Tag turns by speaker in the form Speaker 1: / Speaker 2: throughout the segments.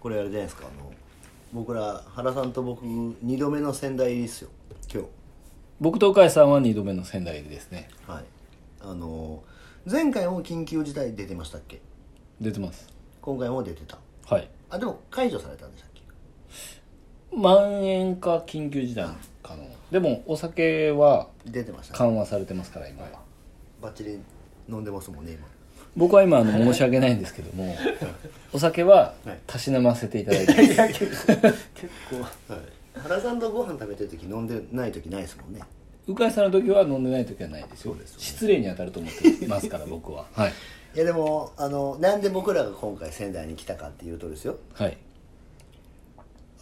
Speaker 1: これあれじゃないですかあの僕ら原さんと僕2度目の仙台入りですよ今
Speaker 2: 僕と岡井さんは2度目の仙台ですね
Speaker 1: 日はいあの前回も緊急事態出てましたっけ
Speaker 2: 出てます
Speaker 1: 今回も出てた
Speaker 2: はい
Speaker 1: あでも解除されたんでしたっけ
Speaker 2: まん延か緊急事態かのでもお酒は
Speaker 1: 出てました、ね、
Speaker 2: 緩和されてますから今は
Speaker 1: バッチリ飲んでますもんね今
Speaker 2: 僕は今あの申し訳ないんですけどもお酒は
Speaker 1: はい
Speaker 2: たしなませていただいてます
Speaker 1: 結構、はい、原さんとご飯食べてる時飲んでない時ないですもんね
Speaker 2: 鵜飼さんの時は飲んでない時はないですよ
Speaker 1: そうですよね
Speaker 2: 失礼に当たると思ってますから僕ははい
Speaker 1: いやでもあのなんで僕らが今回仙台に来たかっていうとですよ
Speaker 2: はい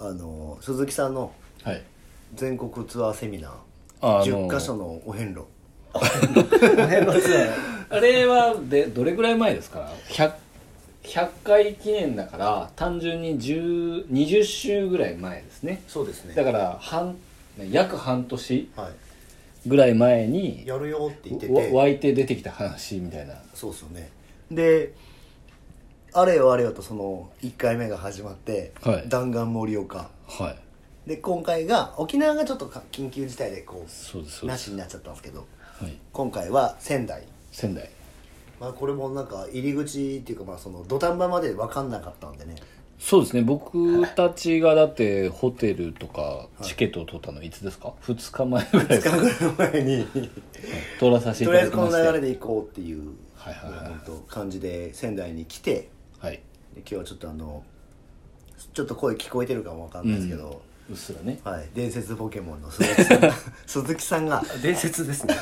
Speaker 1: あの鈴木さんの
Speaker 2: はい
Speaker 1: 全国ツアーセミナー
Speaker 2: ああの
Speaker 1: 10箇所のお遍路
Speaker 2: あれはでどれぐらい前ですか 100, 100回記念だから単純に10 20週ぐらい前ですね
Speaker 1: そうです
Speaker 2: だから半約半年
Speaker 1: は
Speaker 2: ぐらい前に
Speaker 1: いやるよって言って
Speaker 2: わ湧
Speaker 1: て
Speaker 2: いて出てきた話みたいな
Speaker 1: そうですよねであれよあれよとその1回目が始まって、
Speaker 2: はい
Speaker 1: 弾丸盛岡
Speaker 2: はい
Speaker 1: で今回が沖縄がちょっとか緊急事態でこ
Speaker 2: そうですそううで
Speaker 1: な
Speaker 2: す、
Speaker 1: しになっちゃったんですけど
Speaker 2: はい、
Speaker 1: 今回は仙台
Speaker 2: 仙台
Speaker 1: まあ、これもなんか入り口っていうかまあその土壇場まで分かんなかったんでね
Speaker 2: そうですね僕たちがだってホテルとかチケットを取ったのいつですか、2日前ぐらいです
Speaker 1: 2日ぐらい前に
Speaker 2: 取らさせてい
Speaker 1: と
Speaker 2: た
Speaker 1: りあえず
Speaker 2: だき
Speaker 1: こ
Speaker 2: まし
Speaker 1: の流れ
Speaker 2: て
Speaker 1: で行こうっていう
Speaker 2: はいはいはい
Speaker 1: もうほんと感じで仙台に来て
Speaker 2: はい
Speaker 1: で今日はちょっとあのちょっと声聞こえてるかも分かんないですけど、
Speaker 2: うっすらね
Speaker 1: はい、伝説ポケモンの鈴木さんが鈴木さんが
Speaker 3: 伝説ですね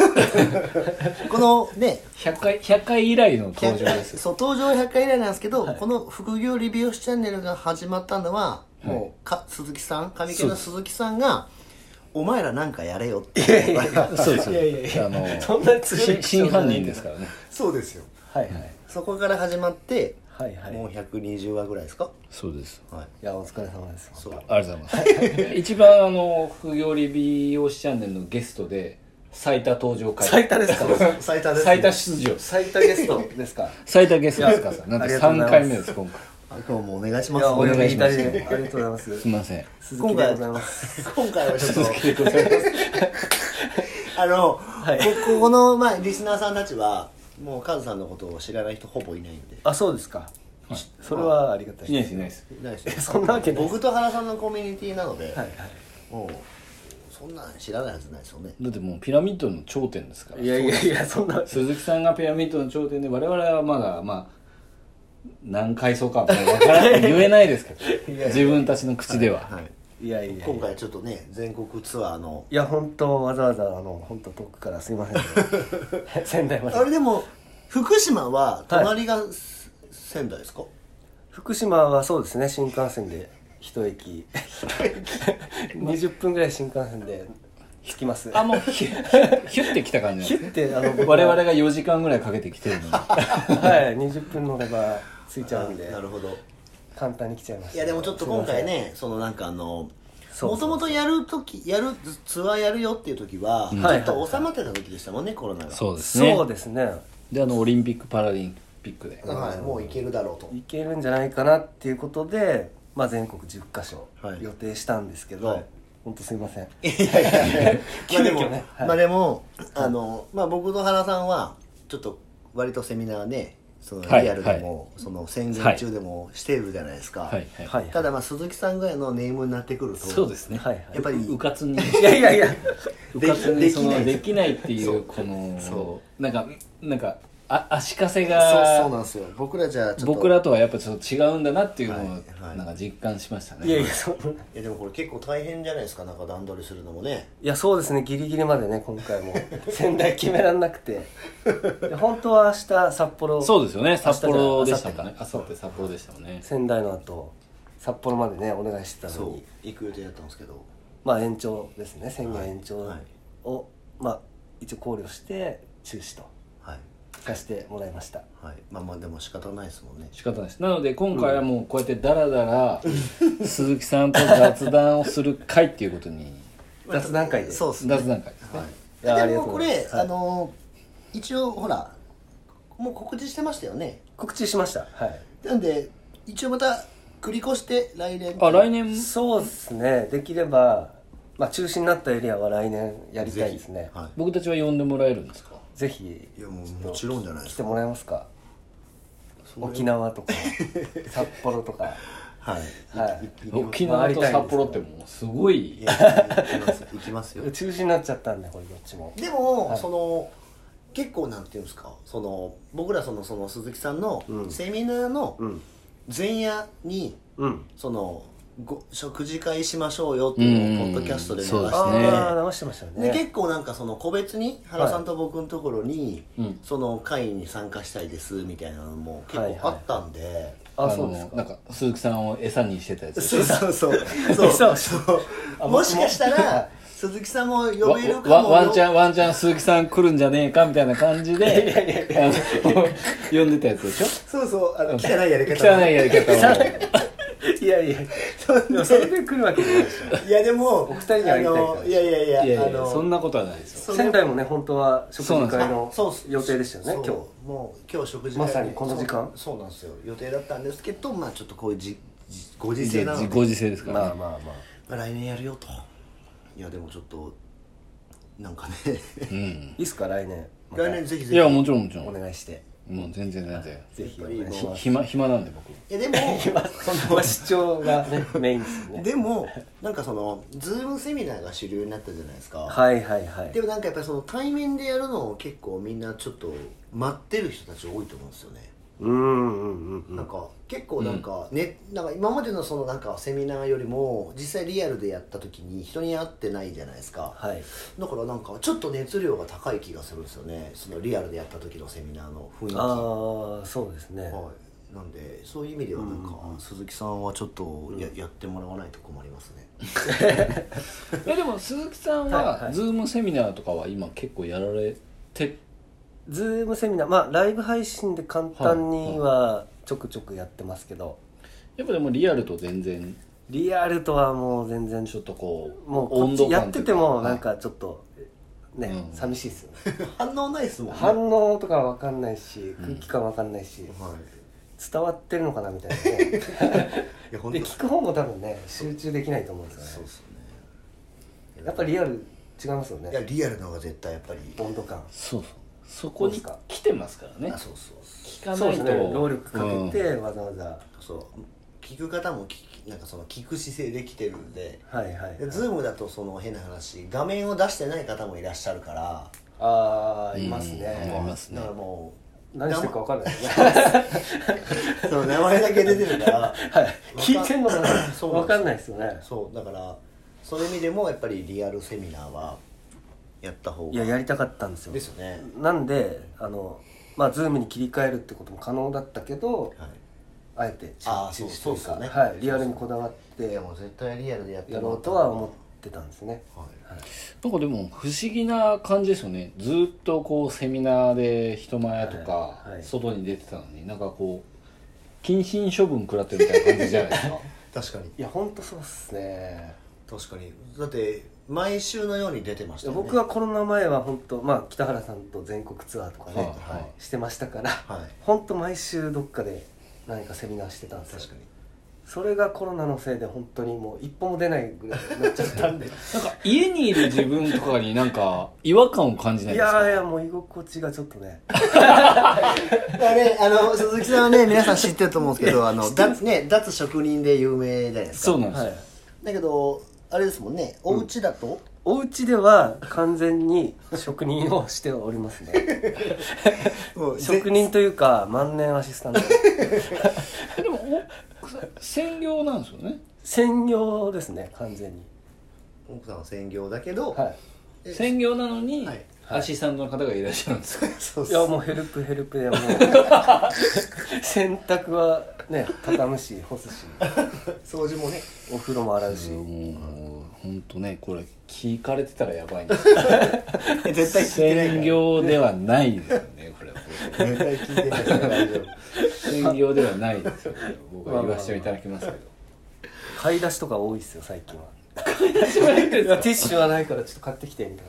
Speaker 1: このね
Speaker 2: 100回100回以来の登場です
Speaker 1: そう登場100回以来なんですけど、この副業リビューチャンネルが始まったのは、もうか鈴木さん神木の鈴木さんが「お前らなんかやれよ」って言われた
Speaker 2: そうです
Speaker 3: いやいやいや
Speaker 2: あの
Speaker 3: そんな通信
Speaker 2: 新真犯人ですからね
Speaker 1: そうですよ
Speaker 3: はいはい
Speaker 1: そこから始まって、
Speaker 3: はいはい
Speaker 1: もう120話ぐらいですか
Speaker 2: そうです
Speaker 1: はい
Speaker 3: いやお疲れ様です
Speaker 1: そう
Speaker 2: ありがとうございます 一番あの副業理美容師チャンネルのゲストで最多登場回
Speaker 3: 最多ですか
Speaker 1: 最多です、
Speaker 2: 最多出場
Speaker 3: 最多ゲストです か
Speaker 2: 最多ゲストですからなん
Speaker 3: あり
Speaker 2: で
Speaker 3: がとうご
Speaker 2: 3
Speaker 3: ざいます
Speaker 2: 回目です今回
Speaker 1: あ今日もお願いし
Speaker 3: い
Speaker 1: ます
Speaker 3: やお呼びいただい
Speaker 2: お願い
Speaker 3: て
Speaker 2: し
Speaker 3: ありがとうございます
Speaker 2: すいません
Speaker 3: 鈴木でございます
Speaker 1: 今回はちょっと
Speaker 2: ございます
Speaker 1: あの、
Speaker 3: はい
Speaker 1: こここの、まあ、リスナーさんたちはもうカズさんのことを知らない人ほぼいないんで
Speaker 3: あそうですかそれはありがたい
Speaker 2: いないですいないです
Speaker 1: いないです
Speaker 3: え
Speaker 1: よ
Speaker 3: そんなわけない
Speaker 1: 僕と原さんのコミュニティなので、
Speaker 3: はい
Speaker 1: もうそんなん知らないはずないですよね
Speaker 2: だってもうピラミッドの頂点ですか
Speaker 3: は
Speaker 2: ら
Speaker 3: いいやいやいやそんな
Speaker 2: 鈴木さんがピラミッドの頂点で我々はまだまあ何階層かもう分からない言えないですけ
Speaker 3: い
Speaker 2: ど
Speaker 3: や
Speaker 2: 自分たちの口では
Speaker 1: はい
Speaker 3: いやいや
Speaker 1: 今回ちょっとね全国ツアーの
Speaker 3: いや本当わざわざあの本当遠くからすいませんね 仙台まで
Speaker 1: あれでも福島は隣がす、仙台ですか
Speaker 3: 福島はそうですね新幹線で一駅 20分ぐらい新幹線で着きます
Speaker 2: あもうヒュッヒュッてきた感じなん
Speaker 3: 切
Speaker 2: で
Speaker 3: っ
Speaker 2: すね
Speaker 3: てあの僕は
Speaker 2: 我々が4時間ぐらいかけてきてるのに
Speaker 3: はい20分乗れば着いちゃうん
Speaker 1: あ
Speaker 3: で
Speaker 1: なるほど
Speaker 3: 簡単に来ちゃいました
Speaker 1: いやでもちょっと今回ねそのなんかあの
Speaker 3: そうそ
Speaker 1: も
Speaker 3: う
Speaker 1: とも
Speaker 3: そう
Speaker 1: とやる時やるツアーやるよっていう時は、
Speaker 3: ん
Speaker 1: ちょっと収まってた時でしたもんねコロナが
Speaker 2: そうですね
Speaker 3: そうですね
Speaker 2: であのオリンピック・パラリンピックで
Speaker 1: はい、もういけるだろうと
Speaker 3: いけるんじゃないかなっていうことで、まあ、全国10カ所
Speaker 1: はい
Speaker 3: 予定したんですけど、
Speaker 1: はい
Speaker 3: 本当すいません
Speaker 1: いやいやいやま あでも、
Speaker 3: 急遽ねはい
Speaker 1: まあでもあの、まあ、僕と原さんはちょっと割とセミナーねその
Speaker 2: はい
Speaker 1: リアルでも、その宣言中でもしてるじゃないですか、
Speaker 2: はいはい、
Speaker 3: はい
Speaker 1: ただまあ鈴木さんぐらいのネームになってくると
Speaker 2: そうですね、
Speaker 3: はいはい
Speaker 1: やっぱり
Speaker 2: うかつに
Speaker 3: いやいやいや
Speaker 2: うかつに
Speaker 1: でき
Speaker 2: そ
Speaker 1: できない
Speaker 2: のできないっていうこの
Speaker 1: そ
Speaker 2: なんかなんかあ足かせ
Speaker 1: そうそうな
Speaker 2: が
Speaker 1: んですよ僕らじゃあちょっと
Speaker 2: 僕らとはやっぱちょっと違うんだなっていうのを、
Speaker 1: はいはい
Speaker 2: なんか実感しましたね
Speaker 3: いやいやそう
Speaker 1: いやでもこれ結構大変じゃないですかなんか段取りするのもね
Speaker 3: いやそうですねギリギリまでね今回も仙台決めらんなくてで本当は明日札幌
Speaker 2: そうですよね
Speaker 3: じゃ
Speaker 2: 札幌でしたかねあさって札幌でしたもんね
Speaker 3: 仙台の後札幌までねお願いしてたの
Speaker 1: そ
Speaker 3: に
Speaker 1: う行く予定だったんですけど
Speaker 3: まあ延長ですね宣言延長を、
Speaker 1: はい
Speaker 3: まあ一応考慮して中止と
Speaker 1: はい
Speaker 3: させてもらいました
Speaker 1: はいまあまあでも仕方ないですもんね
Speaker 2: 仕方ないですなので今回はもうこうやってダラダラ鈴木さんと雑談をする会っていうことに
Speaker 3: 雑談会で
Speaker 1: そうですね
Speaker 2: 雑談会ですね、
Speaker 3: いやあり
Speaker 1: で
Speaker 3: が
Speaker 1: も
Speaker 3: と
Speaker 1: こ
Speaker 3: うございます
Speaker 1: れ、あの一応ほらもう告知してましたよね
Speaker 3: 告知しましたはい
Speaker 1: なんで一応また繰り越して来年
Speaker 2: あ来年
Speaker 3: そうですねできれば、まあ、中止になったエリアは来年やりたいですね
Speaker 1: は
Speaker 2: 僕たちは呼んでもらえるんですか
Speaker 3: ぜひ
Speaker 1: いいやもうもちろんじゃないで
Speaker 3: 来
Speaker 1: す
Speaker 3: て
Speaker 1: か
Speaker 3: もらえますか
Speaker 1: そう
Speaker 3: 沖縄と か札幌とか
Speaker 1: はい
Speaker 3: はい
Speaker 2: 沖縄と札幌ってもうすごい
Speaker 1: いやいやいや行きますよ行きますよ
Speaker 3: 中止になっちゃったんでこれどっちも
Speaker 1: でも、その結構なんていうんですかその僕らそのその鈴木さんの
Speaker 3: うん
Speaker 1: セミナーの
Speaker 3: うん
Speaker 1: 前夜に、
Speaker 3: うん
Speaker 1: そのご食事会しましょうよっていうのを
Speaker 2: うん
Speaker 1: ポッドキャストで流して
Speaker 2: そうですね
Speaker 3: ああ流してましたよ
Speaker 1: で
Speaker 3: ね
Speaker 1: 結構なんかその個別に原さんと僕のところに、
Speaker 2: うん
Speaker 1: その会に参加したいですみたいなのも結構あったんで、
Speaker 3: あそうです
Speaker 2: のなんか鈴木さんを餌にしてたやつ
Speaker 1: そうそうそう
Speaker 3: そう
Speaker 1: そうそう もしかしたら鈴木さんも呼べるかも
Speaker 2: わ
Speaker 1: よ
Speaker 2: わワンチャンワンチャン鈴木さん来るんじゃねえかみたいな感じであの呼んでたやつでしょ
Speaker 1: そうそうあの汚いやり方
Speaker 2: 汚いやり方を
Speaker 3: いやいや
Speaker 1: そん
Speaker 3: で
Speaker 1: で
Speaker 3: もそれで来るわけじゃないでしょ
Speaker 1: いやでも
Speaker 3: お二人には言いたいから
Speaker 1: あのいやいやいや
Speaker 2: いや
Speaker 1: あ
Speaker 2: いや
Speaker 1: の
Speaker 2: そんなことはないですよ
Speaker 1: その
Speaker 3: 仙台もね本当は食事会
Speaker 1: あ
Speaker 3: の
Speaker 1: そうっす
Speaker 3: 予定でしたよね
Speaker 1: そう
Speaker 3: 今
Speaker 1: もう今日食事会
Speaker 3: まさにこの時間
Speaker 1: そうそうなんですよ予定だったんですけどまあちょっとこういうじじご時世なので
Speaker 2: ご時世です
Speaker 3: 日
Speaker 2: から、ね
Speaker 3: まあまあまあ
Speaker 1: まあ来年やるよといやでもちょっとなん かね
Speaker 2: うん、
Speaker 3: いいっすか来年また
Speaker 1: 来年ぜひぜ
Speaker 2: い
Speaker 1: ひ
Speaker 2: やもちろんもちろん
Speaker 3: お願いして
Speaker 2: もう全然全然
Speaker 3: ぜひお願いし
Speaker 2: ひ暇
Speaker 3: ます
Speaker 2: 暇なんで僕
Speaker 1: いやでも
Speaker 3: まあ主張がねメインで すね
Speaker 1: でもなんかそのズームセミナーが主流になったじゃないですか
Speaker 3: はいはいはい
Speaker 1: でもなんかやっぱりその対面でやるのを結構みんなちょっと待ってる人たち多いと思うんですよね
Speaker 3: うんうんうんうん
Speaker 1: なんか結構なんか,、ね、なんか今までのそのなんかセミナーよりも実際リアルでやった時に人に会ってないじゃないですか、
Speaker 3: はい
Speaker 1: だからなんかちょっと熱量が高い気がするんですよねそのリアルでやった時のセミナーの雰囲気は
Speaker 3: ああそうですね
Speaker 1: いなんでそういう意味ではなんか、鈴木さんはちょっとや,、やってもらわないと困りますね
Speaker 2: いやでも鈴木さん
Speaker 3: はいは
Speaker 2: はいズームセミナーとかは今結構やられて
Speaker 3: ズームセミナーまあライブ配信で簡単にはちょくちょくやってますけど
Speaker 2: やっぱでもリアルと全然
Speaker 3: リアルとはもう全然
Speaker 2: ちょっとこう
Speaker 3: もうこっちや
Speaker 2: と
Speaker 3: っ
Speaker 2: い
Speaker 3: て
Speaker 2: うか
Speaker 3: てもなんかちょっとね
Speaker 2: うん
Speaker 3: 寂しい ですよね
Speaker 1: 反応ないですもんね
Speaker 3: 反応とかわかんないし空気感わかんないし
Speaker 1: はい
Speaker 3: 伝わってるのかなみたいなね
Speaker 1: いや本当
Speaker 3: で聞く方も多分ね集中できないと思うんです
Speaker 1: そうっ
Speaker 3: よね
Speaker 1: すね
Speaker 3: やっぱリアル違いますよ
Speaker 1: いや
Speaker 3: ね
Speaker 1: リアルの方が絶対やっぱり
Speaker 3: 温度感
Speaker 2: そうそうそこに来てますからね
Speaker 1: あそうそうそう
Speaker 2: 聞か
Speaker 3: そう
Speaker 2: な
Speaker 3: で
Speaker 2: い
Speaker 3: す
Speaker 2: と、
Speaker 3: ね労力かけてわざわざ
Speaker 1: そう聞く方も聞きなんかその聞く姿勢できてるんで
Speaker 3: はいはい
Speaker 1: でズームだとその変な話画面を出してない方もいらっしゃるから
Speaker 3: ああ
Speaker 2: うん
Speaker 3: います
Speaker 2: い
Speaker 3: ね
Speaker 2: ますね
Speaker 1: だからも
Speaker 3: 何してるかわかんないですね
Speaker 1: うその名前だけ出てるから
Speaker 3: はい聞いてんのかな
Speaker 1: そうなんです
Speaker 3: わかんないですよね
Speaker 1: そうだからそういう意味でもやっぱりリアルセミナーはやった方
Speaker 3: いや
Speaker 1: が
Speaker 3: やりたかったんですよ
Speaker 1: ですよね
Speaker 3: なんであのまあズームに切り替えるってことも可能だったけど
Speaker 1: はい
Speaker 3: あえて
Speaker 1: あー
Speaker 3: 中止
Speaker 1: そう
Speaker 3: とい
Speaker 1: そうっすよね
Speaker 3: かはいリアルにこだわっ
Speaker 1: い
Speaker 3: て
Speaker 1: やもう絶対リアルでやって
Speaker 3: や
Speaker 1: も
Speaker 3: ろ
Speaker 1: ら
Speaker 3: うとは思ってたんですね
Speaker 1: はい
Speaker 2: なんかでも不思議な感じですよねずっとこうセミナーで人前とか
Speaker 3: はいはい
Speaker 2: 外に出てたのになんかこう謹慎処分食らってるみたいな感じじゃないです
Speaker 1: 確
Speaker 2: か
Speaker 1: かに
Speaker 3: いやほんとそうっすね
Speaker 1: 確かにだって毎週のように出てまし
Speaker 3: い
Speaker 1: た
Speaker 3: や
Speaker 1: よね
Speaker 3: 僕はコロナ前は本当まあ北原さんと全国ツアーとかね、
Speaker 2: はい
Speaker 1: はい
Speaker 3: してましたから
Speaker 1: はい
Speaker 3: 本当毎週どっかで何かセミナーしてたんですよ
Speaker 1: 確かに
Speaker 3: それがコロナのせいで本当にもう一歩も出ないぐらいにな っちゃったんで
Speaker 2: なんか家にいる自分とかになんか違和感を感じない
Speaker 3: い
Speaker 2: ですか
Speaker 3: やいやもう居心地がちょっとね
Speaker 1: だからね、あの鈴木さんはね皆さん知ってると思うんですけどあの脱,、ね、脱職人で有名じゃないですか
Speaker 2: そうなんですよ、
Speaker 3: はい
Speaker 1: だけどあれですもんねお家だと、
Speaker 3: お家では完全に職人をしておりま すね
Speaker 1: もうぜ
Speaker 3: 職人というか万年アシスタント
Speaker 2: でもお専業なんですよね
Speaker 3: 専業ですね完全に
Speaker 1: 奥さんは専業だけど、
Speaker 3: はい
Speaker 1: え
Speaker 2: 専業なのに、
Speaker 1: はい
Speaker 2: アシスタントの方がいらっしゃるんですか
Speaker 1: そう
Speaker 3: いや
Speaker 1: そう
Speaker 3: もうヘルプヘルプでもう洗濯はね畳むし干すし
Speaker 1: 掃除も ね
Speaker 3: お風呂も洗うし
Speaker 2: もう本当ねこれ聞かれてたらやばいんです
Speaker 1: 絶対聞いてないから
Speaker 2: 専業ではないですよねこれは
Speaker 1: 絶対聞いてないから大丈 夫
Speaker 2: 専業ではないですよね僕は言わせていただきますけど
Speaker 3: 買い出しとか多いっすよ最近は買い出しはないけどティッシュはないからちょっと買ってきてみたい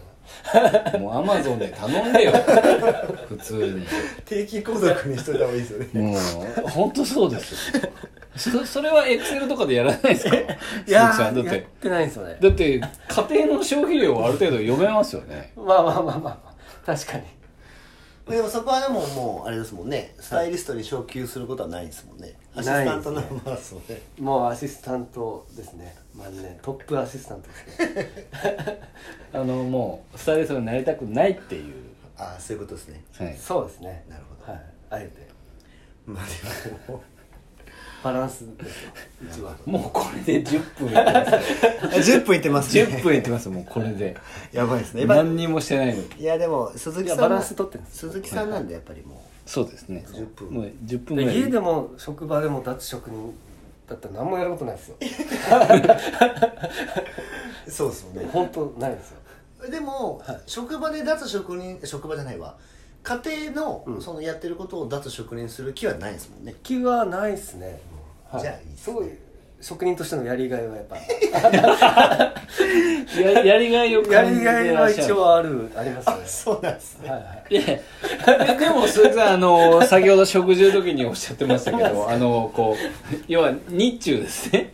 Speaker 3: な
Speaker 2: もうアマゾンで頼んでよ 普通に
Speaker 4: 定期購読にしといた方がいいですよね
Speaker 2: もう本当そうですよそそれはエクセルとかでやらないですか
Speaker 3: いや
Speaker 2: 鈴木さんだっ
Speaker 3: ーやっててないんですよね
Speaker 2: だって家庭の消費量はある程度読めますよね
Speaker 3: まあまあまあまあ、まあ、確かに
Speaker 1: でもそこはでももうあれですもんねスタイリストに昇級することはないですもんねアシスタントの
Speaker 3: ないですね
Speaker 1: まあそうね
Speaker 3: もうアシスタントですね万年トップアシスタントですね
Speaker 2: あのもうスタイリストになりたくないっていう、
Speaker 1: ああそういうことですね
Speaker 2: はい、
Speaker 3: そうですね
Speaker 1: なるほど
Speaker 3: はいあえて
Speaker 1: まあで も
Speaker 3: バランスですよ一番
Speaker 2: もうこれで10分い ってます
Speaker 1: 10分いってますね
Speaker 2: 10分いってますもうこれで
Speaker 1: やばいですねやっぱ
Speaker 2: 何にもしてないのに
Speaker 1: いやでも鈴木さん
Speaker 3: いや
Speaker 1: は
Speaker 3: バランス取ってるんです
Speaker 1: 鈴木さんなんでやっぱりも
Speaker 2: そうですね
Speaker 1: 10分
Speaker 2: もう10分ぐらい
Speaker 3: 家でも職場でも脱職人だったら何もやることないですよ
Speaker 1: うそうですもん
Speaker 3: 本当ないですよ
Speaker 1: でも、職場で脱職人職場じゃないわ家庭の,、そのやってることを脱職人する気はないですもんね
Speaker 3: 気はないですね、はい、
Speaker 1: じゃあいいっすね
Speaker 3: すごい職人としてのやりがいはやっ ぱ
Speaker 2: ややりがいを
Speaker 3: や
Speaker 2: 感じて
Speaker 3: りがい
Speaker 2: ら
Speaker 3: は
Speaker 2: っしゃ
Speaker 3: 一
Speaker 2: る
Speaker 3: 応あるあります
Speaker 1: そうなんですね
Speaker 3: ねはいは
Speaker 2: い
Speaker 3: い
Speaker 2: やででも鈴木さんあの 先ほど食事の時におっしゃってましたけどあのこう要は日中ですね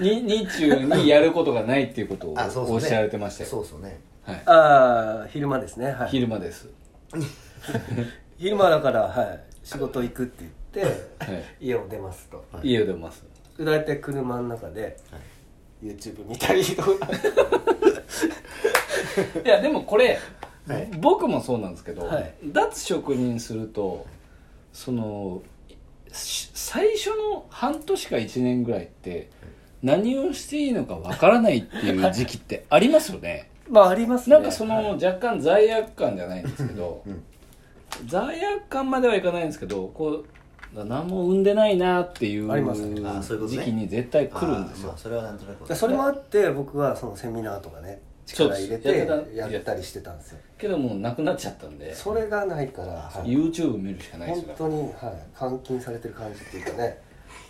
Speaker 2: に日中にやることがないっていうことを
Speaker 1: あそうそう
Speaker 2: おっしゃられてました
Speaker 1: そ
Speaker 2: よ、
Speaker 1: うそうね
Speaker 2: はい、
Speaker 3: ああ昼間ですねはい
Speaker 2: 昼間です、
Speaker 3: 昼間だからはい仕事行くって言って
Speaker 2: はい、
Speaker 3: 家を出ますと
Speaker 2: 家を出ます
Speaker 3: で大体車の中で YouTube 見たりとか
Speaker 2: いやでもこれ、
Speaker 1: はい
Speaker 2: 僕もそうなんですけど、
Speaker 3: はい
Speaker 2: 脱職人するとそのし最初の半年か1年ぐらいって何をしていいのかわからないっていう時期 ってありますよね
Speaker 3: まあありますね
Speaker 2: なんかその若干罪悪感じゃないんですけど、罪悪感まではいかないんですけどこう何も生んでないなっていう
Speaker 3: ありますね
Speaker 1: あそういうこと
Speaker 2: 時
Speaker 1: ね
Speaker 2: 期に絶対来るんで
Speaker 1: あ
Speaker 2: す
Speaker 1: ー
Speaker 2: よ
Speaker 1: まあ、それはなんとなく
Speaker 3: でそれもあって僕はそのセミナーとかね
Speaker 2: そう
Speaker 3: 力
Speaker 2: です
Speaker 3: 入れ
Speaker 2: やって
Speaker 3: て
Speaker 2: た
Speaker 3: やったりしてたんですよ
Speaker 2: けどもうなくなっちゃったんで
Speaker 3: それがないから、はい、
Speaker 2: YouTube 見るしかないです
Speaker 3: 本
Speaker 2: よ
Speaker 3: 当に、はい、監禁されてる感じっていうか ね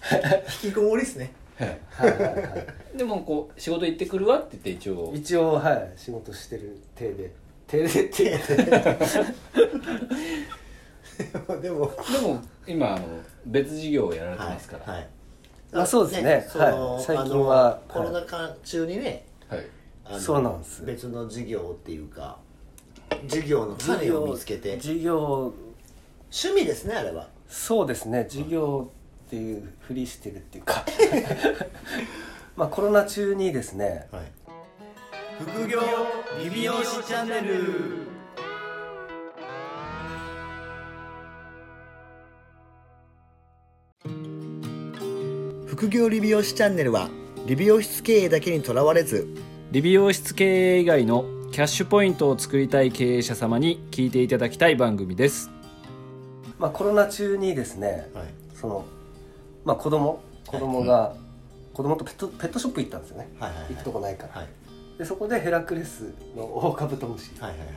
Speaker 1: 引きこもりですね
Speaker 3: はいはい、はい
Speaker 2: でもこう仕事行ってくるわって言って一応
Speaker 3: 一応はい仕事してる体で手で手で
Speaker 1: でも
Speaker 2: でも今あの別事業をやられてますから
Speaker 1: はい、はい
Speaker 3: あそうですね
Speaker 1: そ
Speaker 3: はい
Speaker 1: の
Speaker 3: 最近は
Speaker 1: あのコロナ禍中にね
Speaker 2: はい
Speaker 1: あの
Speaker 3: そうなんです
Speaker 1: 別の事業っていうか事業の種を見つけて趣
Speaker 3: 事業
Speaker 1: 味ですねあれは
Speaker 3: そうですね事業っていうふりしてるっていうか まあコロナ中にですね
Speaker 1: はい
Speaker 4: 副業リビオシチャンネル
Speaker 1: 副業理美容師チャンネルは理美容室経営だけにとらわれず
Speaker 2: 理美容室経営以外のキャッシュポイントを作りたい経営者様に聞いていただきたい番組です
Speaker 3: まあコロナ中にですね
Speaker 1: はい
Speaker 3: そのまあ子供子供が、子供とペットペットショップ行ったんですよね
Speaker 1: はいはいはい
Speaker 3: 行くとこないから、
Speaker 1: はい
Speaker 3: でそこでヘラクレスの大カブトムシ
Speaker 1: はいはいはい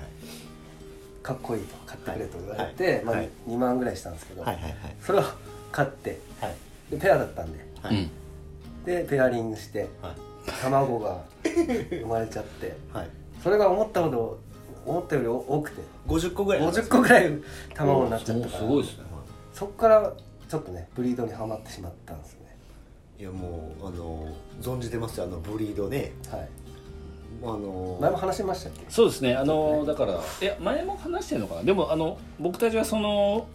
Speaker 3: かっこいいと買ってくれと言われて、
Speaker 1: はい
Speaker 3: まあ
Speaker 1: はい
Speaker 3: 2万ぐらいしたんですけど、
Speaker 1: はいはい
Speaker 3: それを買って
Speaker 1: はい
Speaker 3: でペアだったんで
Speaker 1: はいはい
Speaker 3: でペアリングして
Speaker 1: はい
Speaker 3: 卵が生まれちゃって
Speaker 1: はい
Speaker 3: それが思ったほど思ったより多くて
Speaker 1: 50個ぐらい
Speaker 3: 50個ぐらい卵になっちゃっ
Speaker 2: も
Speaker 3: た
Speaker 2: う
Speaker 3: か
Speaker 2: す
Speaker 3: ら
Speaker 2: ごいですね
Speaker 3: そっからちょっとねブリードにはまってしまったんですよね
Speaker 1: いやもうあの存じてますよあのブリードね
Speaker 3: はい
Speaker 1: あの
Speaker 3: 前も話しましたっけ
Speaker 2: そうですねあのだからいや前も話してるのかなでもあの僕たちはその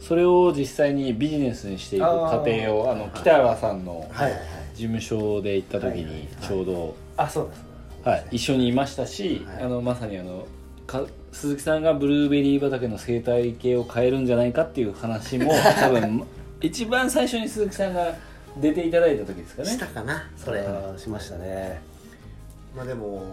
Speaker 2: それを実際にビジネスにしていく過程をあの北川さんの
Speaker 1: はいはいはい
Speaker 2: 事務所で行った時
Speaker 3: はいはい
Speaker 2: にちょうど、
Speaker 3: あそうですね
Speaker 2: はい、一緒にいましたし、
Speaker 1: はい
Speaker 2: あのまさにあのか鈴木さんがブルーベリー畑の生態系を変えるんじゃないかっていう話 も多分一番最初に鈴木さんが出ていただいた時ですか
Speaker 1: し
Speaker 2: ね
Speaker 1: たかなそれ
Speaker 3: あーしましたね
Speaker 1: まあでも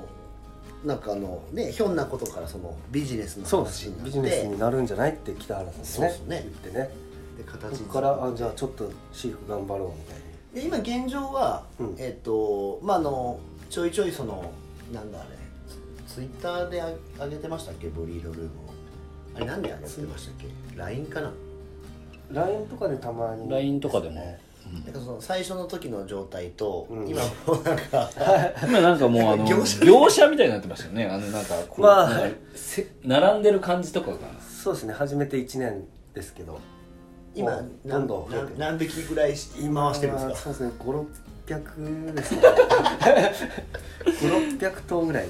Speaker 1: なんかあのねひょんなことからそのビジネスの
Speaker 3: そうで
Speaker 1: 話
Speaker 3: す
Speaker 1: になって
Speaker 3: ビジネスになるんじゃないって北原さん
Speaker 1: そう
Speaker 3: が
Speaker 1: で
Speaker 3: ね
Speaker 1: すね
Speaker 3: 言ってね
Speaker 1: で形に
Speaker 3: そこからあじゃあちょっと飼育頑張ろうみたいに
Speaker 1: で今現状は、
Speaker 3: うん
Speaker 1: えっ、とまああのちょいちょいそのなんだあれツツイッターであ上げてましたっけブリードルームをあれなんで上げてましたっけ LINE かな
Speaker 3: LINE とかでたまに
Speaker 2: LINE とかでも
Speaker 3: すね
Speaker 1: なんかその最初の時の状態と、今もうなん か
Speaker 2: 今なんかもうあの 業
Speaker 1: 業
Speaker 2: 者
Speaker 1: 者
Speaker 2: みたいになってましたよねあのなんかこう、
Speaker 3: まあ
Speaker 2: なんかせ並んでる感じとかが
Speaker 3: そうですね初めて1年ですけど
Speaker 1: 今
Speaker 3: もうど
Speaker 1: 何
Speaker 3: んどん増えて
Speaker 1: 何何匹ぐらいし回してるんですか
Speaker 3: そうですね5600ですね 5600頭ぐらい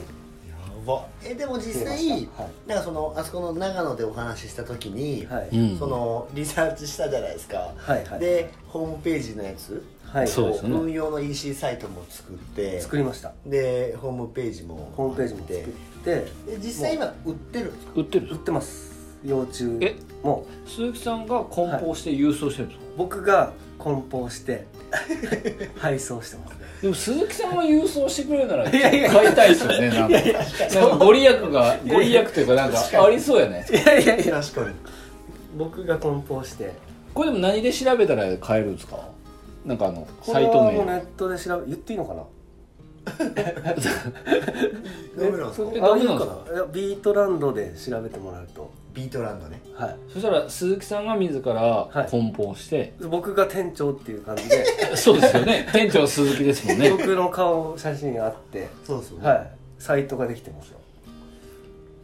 Speaker 1: えでも実
Speaker 3: 増えま
Speaker 1: 際、
Speaker 3: したはい
Speaker 1: なんかそのあそこの長野でお話しした時に、
Speaker 3: はい、
Speaker 2: うん
Speaker 1: そのリサーチしたじゃないですか、
Speaker 3: はいはい
Speaker 1: でホームページのやつ、
Speaker 3: はい
Speaker 2: そうですね
Speaker 1: 運用の EC サイトも作って
Speaker 3: 作りました
Speaker 1: でホームページも
Speaker 3: ホームページも作って
Speaker 1: で実際今売ってるんですか
Speaker 2: 売ってるんで
Speaker 3: 売っ
Speaker 2: すか
Speaker 3: てます幼虫
Speaker 2: え
Speaker 3: も
Speaker 2: 鈴木さんが梱包して郵送してるんですか、
Speaker 3: 僕が梱包して 配送してますね
Speaker 2: でも鈴木さんが郵送してくれるなら
Speaker 3: いやいや
Speaker 2: 買いたいですよねなんかなんかご利益がご利益というかなんかありそうやね
Speaker 3: いやいやいや
Speaker 1: 確かに
Speaker 3: 僕が梱包して
Speaker 2: これでも何で調べたら買えるんですかなんかあの
Speaker 3: こ
Speaker 2: サ
Speaker 3: れ
Speaker 2: イ
Speaker 3: は
Speaker 2: ト
Speaker 3: もうネ
Speaker 2: 名
Speaker 3: ットで調べ言っていいのかな
Speaker 1: ダメなんですか
Speaker 2: え
Speaker 3: あ
Speaker 2: ダメ
Speaker 3: いい
Speaker 2: なんで
Speaker 3: のか
Speaker 2: すか
Speaker 3: ないやビートランドで調べてもらうと
Speaker 1: ビートランドね
Speaker 3: はい
Speaker 2: そしたら鈴木さんが自ら
Speaker 3: い
Speaker 2: 梱包して、
Speaker 3: 僕が店長っていう感じ で
Speaker 2: そうですよね 店長鈴木ですもんね
Speaker 3: 僕の顔写真あって
Speaker 1: そうですよね、
Speaker 3: はいサイトができてますよ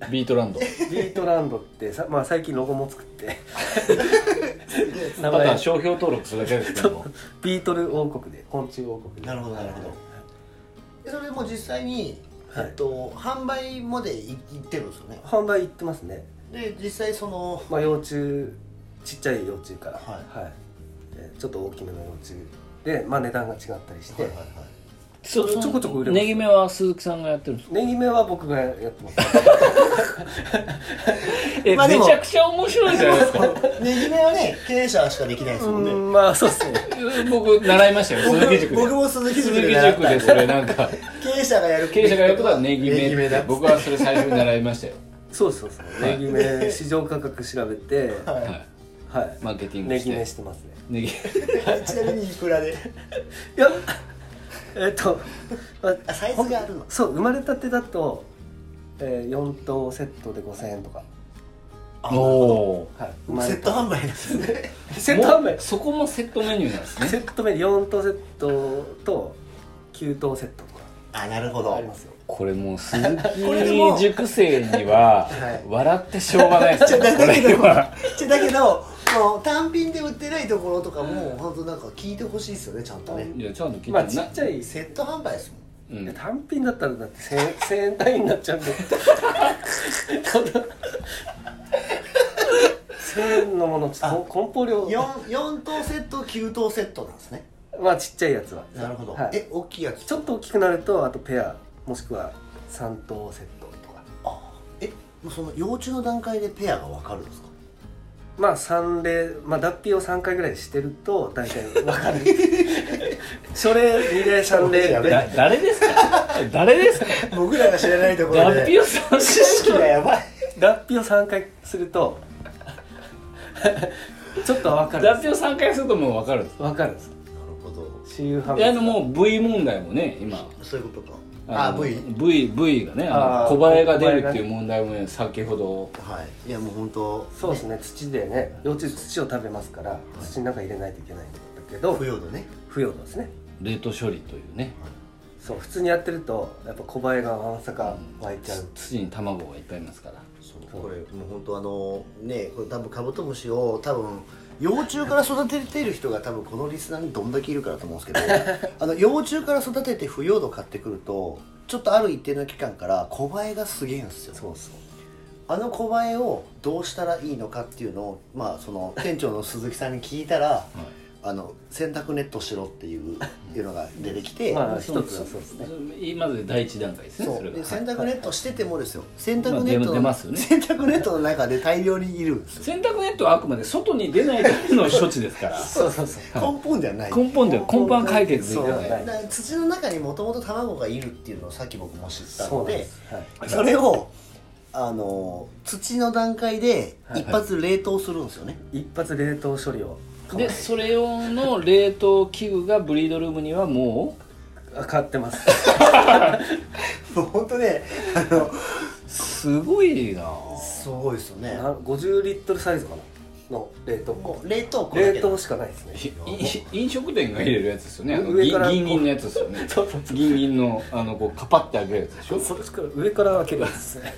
Speaker 2: ビートランド
Speaker 3: ビートランドってさ、まあ、最近ロゴも作って 名
Speaker 2: ただ
Speaker 3: 前
Speaker 2: 商標登録するだけですけども
Speaker 3: ビートル王国で昆虫王国で
Speaker 1: なるほどなるほどでそれも実際に、
Speaker 3: はい
Speaker 1: えっと、販売までい行ってるんですよね
Speaker 3: 販売行ってますね
Speaker 1: で実際その
Speaker 3: まあ幼虫ちっちゃい幼虫から
Speaker 1: は
Speaker 3: はいでちょっと大きめの幼虫で、まあ、値段が違ったりして、
Speaker 2: そ
Speaker 3: ちょこちょこ売れます
Speaker 2: ネギ目は鈴木さんがやってるんですか
Speaker 3: ネギ目は僕がや ってます
Speaker 2: え、
Speaker 1: まあで
Speaker 2: め
Speaker 1: も
Speaker 2: ちゃくちゃ面白いじゃないですか
Speaker 1: ねぎめはね経営者しかできないです
Speaker 3: う
Speaker 1: もんね
Speaker 3: んまあそうですね
Speaker 2: 僕習いましたよ鈴木塾
Speaker 1: 僕
Speaker 2: で
Speaker 1: 僕も鈴木塾
Speaker 2: 鈴木
Speaker 1: で習っ
Speaker 2: 塾
Speaker 1: た
Speaker 2: でそれなんか
Speaker 1: 経営者がやる
Speaker 2: 経営者がやることはネギ
Speaker 1: ねぎ
Speaker 2: 目
Speaker 1: め
Speaker 2: っ
Speaker 1: だ
Speaker 2: て僕はそれ最初に習いましたよ
Speaker 3: そうですそうですネギ目市場価格調 べて
Speaker 1: は
Speaker 2: はい
Speaker 3: はい
Speaker 2: マーケティング
Speaker 3: ネ
Speaker 2: して
Speaker 3: ギ目してますね
Speaker 2: ネギ
Speaker 1: い、ちなみにいくらで
Speaker 3: いや えっとま
Speaker 1: あサイズがあるの
Speaker 3: そう生まれたてだと、えー、4頭セットで5000円とか、
Speaker 1: あ
Speaker 2: おお
Speaker 3: はい、生ま
Speaker 1: セ
Speaker 3: れ
Speaker 1: ット
Speaker 3: た
Speaker 1: 販売ですね
Speaker 3: セット販
Speaker 2: もう
Speaker 3: 売
Speaker 2: そこもセットメニューなん ですね
Speaker 3: セット目で4頭セットと9頭セットと
Speaker 1: あなるほ
Speaker 3: か
Speaker 1: ど
Speaker 3: ありますよ
Speaker 2: これもう鈴
Speaker 1: これでも
Speaker 2: 木塾生には
Speaker 1: はい
Speaker 2: 笑ってしょうがないです
Speaker 1: じ ゃ
Speaker 2: よ
Speaker 1: だ
Speaker 2: こ
Speaker 1: け
Speaker 2: れ
Speaker 1: ど
Speaker 2: は
Speaker 1: じゃだけどもう単品で売ってないところとかも本当なんか聞いてほしいですよねちゃんとね
Speaker 2: いやちゃんと聞いて
Speaker 3: まあ
Speaker 2: な
Speaker 3: ちっちゃい
Speaker 1: セット販売ですもん
Speaker 2: うん
Speaker 3: いや単品だったらだって 1000, 円1000円単位になっちゃうん で 1000円のものちょっと梱包量
Speaker 1: 4, 4等セット9等セットなんですね
Speaker 3: まあちっちゃいやつは
Speaker 1: なるほど、
Speaker 3: はい、
Speaker 1: え大きいやつ
Speaker 3: ちょっと大きくなるとあとペアもしくは3頭セットとか
Speaker 1: えもうその幼虫の段階でペアが分かるんですか
Speaker 3: まあ3例、まあ、脱皮を3回ぐらいしてると大体分かるそれ2例3例
Speaker 1: やべ
Speaker 2: だ誰ですか誰ですか
Speaker 1: 僕らが知らないところで
Speaker 2: 脱皮を三
Speaker 1: 知識がやばい
Speaker 3: 脱皮を3回するとちょっとは分かるん
Speaker 2: 脱皮
Speaker 3: です
Speaker 2: を三回するともう分かるんです
Speaker 3: 分かるんです
Speaker 1: なるほど
Speaker 3: 私有判
Speaker 2: いやでももう V 問題もね今
Speaker 1: そういうことかあ
Speaker 2: の
Speaker 1: V
Speaker 2: V, v がねあの
Speaker 3: あー
Speaker 2: 小バエが出るっていう問題もね先ほど
Speaker 1: はいいやもう本当
Speaker 3: そうですね土でね幼虫土を食べますから土の中入れないといけないんだけど
Speaker 1: 不要度ね
Speaker 3: 不要度ですね
Speaker 2: 冷凍処理というね
Speaker 3: そう普通にやってるとやっぱ小映えがわんさか湧いちゃう
Speaker 2: 土に卵がいっぱいいますから
Speaker 1: そうこれもう本当あのねこれ多分カブトムシを多分幼虫から育てている人が多分このリスナーにどんだけいるからと思うん ですけどあの幼虫から育てて腐葉土買ってくるとちょっとある一定の期間から小バエがすげえんですよ
Speaker 3: そうそう
Speaker 1: あの小バエをどうしたらいいのかっていうのをまあそ の店長の鈴木さんに聞いたら、あの洗濯ネットしろって いういうのが出てきて、
Speaker 3: まあ
Speaker 2: その
Speaker 3: 一つはそうですね
Speaker 2: まず第一段階ですね
Speaker 1: そ
Speaker 2: そうれが
Speaker 1: で
Speaker 2: はい
Speaker 1: 洗濯ネットしててもですよ洗濯ネッ
Speaker 2: まあ
Speaker 1: ト
Speaker 2: 出
Speaker 1: の
Speaker 2: ますよね
Speaker 1: 洗濯ネットの中で大量にいるんですよ
Speaker 2: 洗濯ネットはあくまで外に出ないための処置ですから
Speaker 3: そうそうそう
Speaker 1: 根本じゃない
Speaker 2: 根本では根本は解決でき
Speaker 1: そう
Speaker 2: な
Speaker 1: だ
Speaker 2: い
Speaker 1: から土の中にもともと卵がいるっていうのをさっき僕も知った
Speaker 3: そ
Speaker 1: の
Speaker 3: うなん
Speaker 1: で
Speaker 3: です、はい、
Speaker 1: それをあの土の段階で一発冷凍するんですよね、
Speaker 3: 一発冷凍処理を
Speaker 2: でそれ用の冷凍器具がブリードルームにはも
Speaker 3: あ買ってます
Speaker 1: もう本当ねあの
Speaker 2: うすごいな
Speaker 1: すごいですよね
Speaker 3: な50リットルサイズかなの冷凍庫
Speaker 1: 冷凍庫だけ
Speaker 3: 冷凍しかないですね
Speaker 2: いい飲食店が入れるやつですよねあの
Speaker 3: 上
Speaker 2: ギン
Speaker 3: から
Speaker 2: ギンギンのやつですよね
Speaker 3: そうそうそ
Speaker 2: ギンギンのあのこうカパって開けるやつでしょ
Speaker 3: うそっちから上から開けるやつですね